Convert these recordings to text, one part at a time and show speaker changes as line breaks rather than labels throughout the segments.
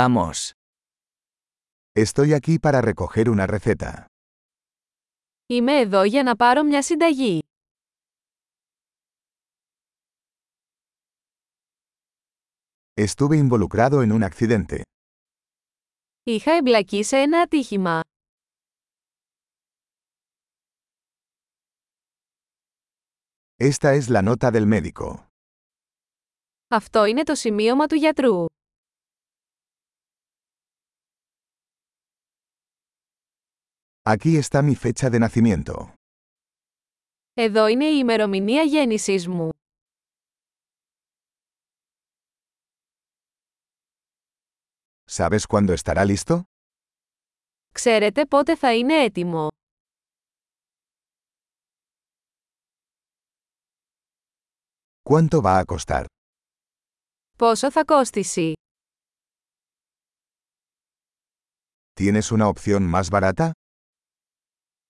Vamos.
Estoy aquí para recoger una receta.
Είμαι εδώ για να πάρω μια συνταγή.
Estuve involucrado en un accidente.
Είχα εμπλακεί σε ένα ατύχημα.
Esta es la nota del médico.
Αυτό είναι το σημείωμα του γιατρού.
Aquí está mi fecha de nacimiento.
Εδώ είναι η ημερομηνία γέννησής μου.
¿Sabes cuándo estará listo?
Ξέρετε πότε θα είναι έτοιμο.
¿Cuánto va a costar?
Πόσο θα κόστησει.
¿Tienes una opción más barata?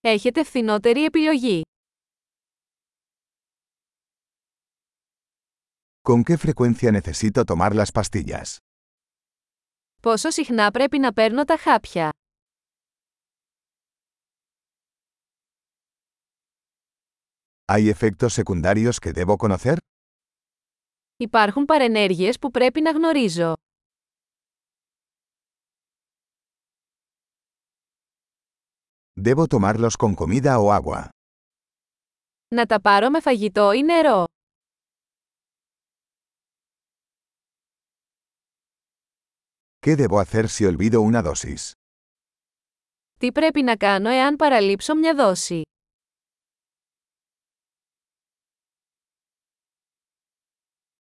Έχετε φθηνότερη επιλογή.
¿Con qué frecuencia necesito tomar las pastillas?
Πόσο συχνά πρέπει να παίρνω τα χάπια.
¿Hay efectos secundarios que debo conocer?
Υπάρχουν παρενέργειες που πρέπει να γνωρίζω.
¿Debo tomarlos con comida o agua?
Να τα πάρω με φαγητό ή νερό.
¿Qué debo hacer si olvido una dosis?
Τι πρέπει να κάνω εάν παραλείψω μια δόση.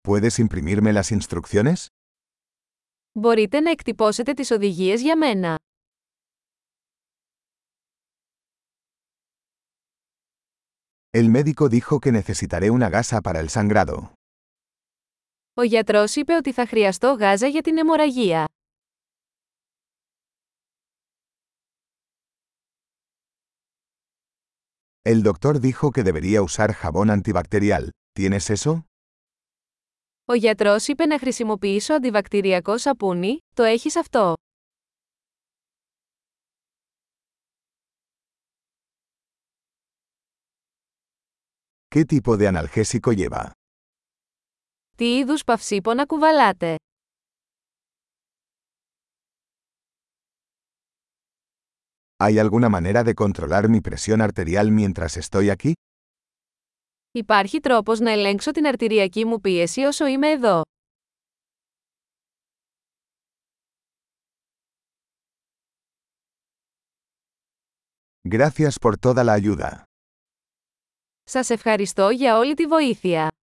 ¿Puedes imprimirme las instrucciones?
Μπορείτε να εκτυπώσετε τις οδηγίες για μένα.
El médico dijo que necesitaré una gasa para el sangrado.
Ο γιατρός είπε ότι θα χρειαστώ γάζα για την αιμορραγία.
El doctor dijo que debería usar jabón antibacterial. ¿Tienes eso?
Ο γιατρός είπε να χρησιμοποιήσω αντιβακτηριακό σαπούνι, το έχεις αυτό.
¿Qué tipo de analgésico lleva?
Τι είδους παυσίπονα κουβαλάτε.
¿Hay alguna manera de controlar mi presión arterial mientras estoy aquí?
Υπάρχει τρόπος να ελέγξω την αρτηριακή μου πίεση όσο είμαι εδώ.
Gracias por toda la ayuda.
Σας ευχαριστώ για όλη τη βοήθεια.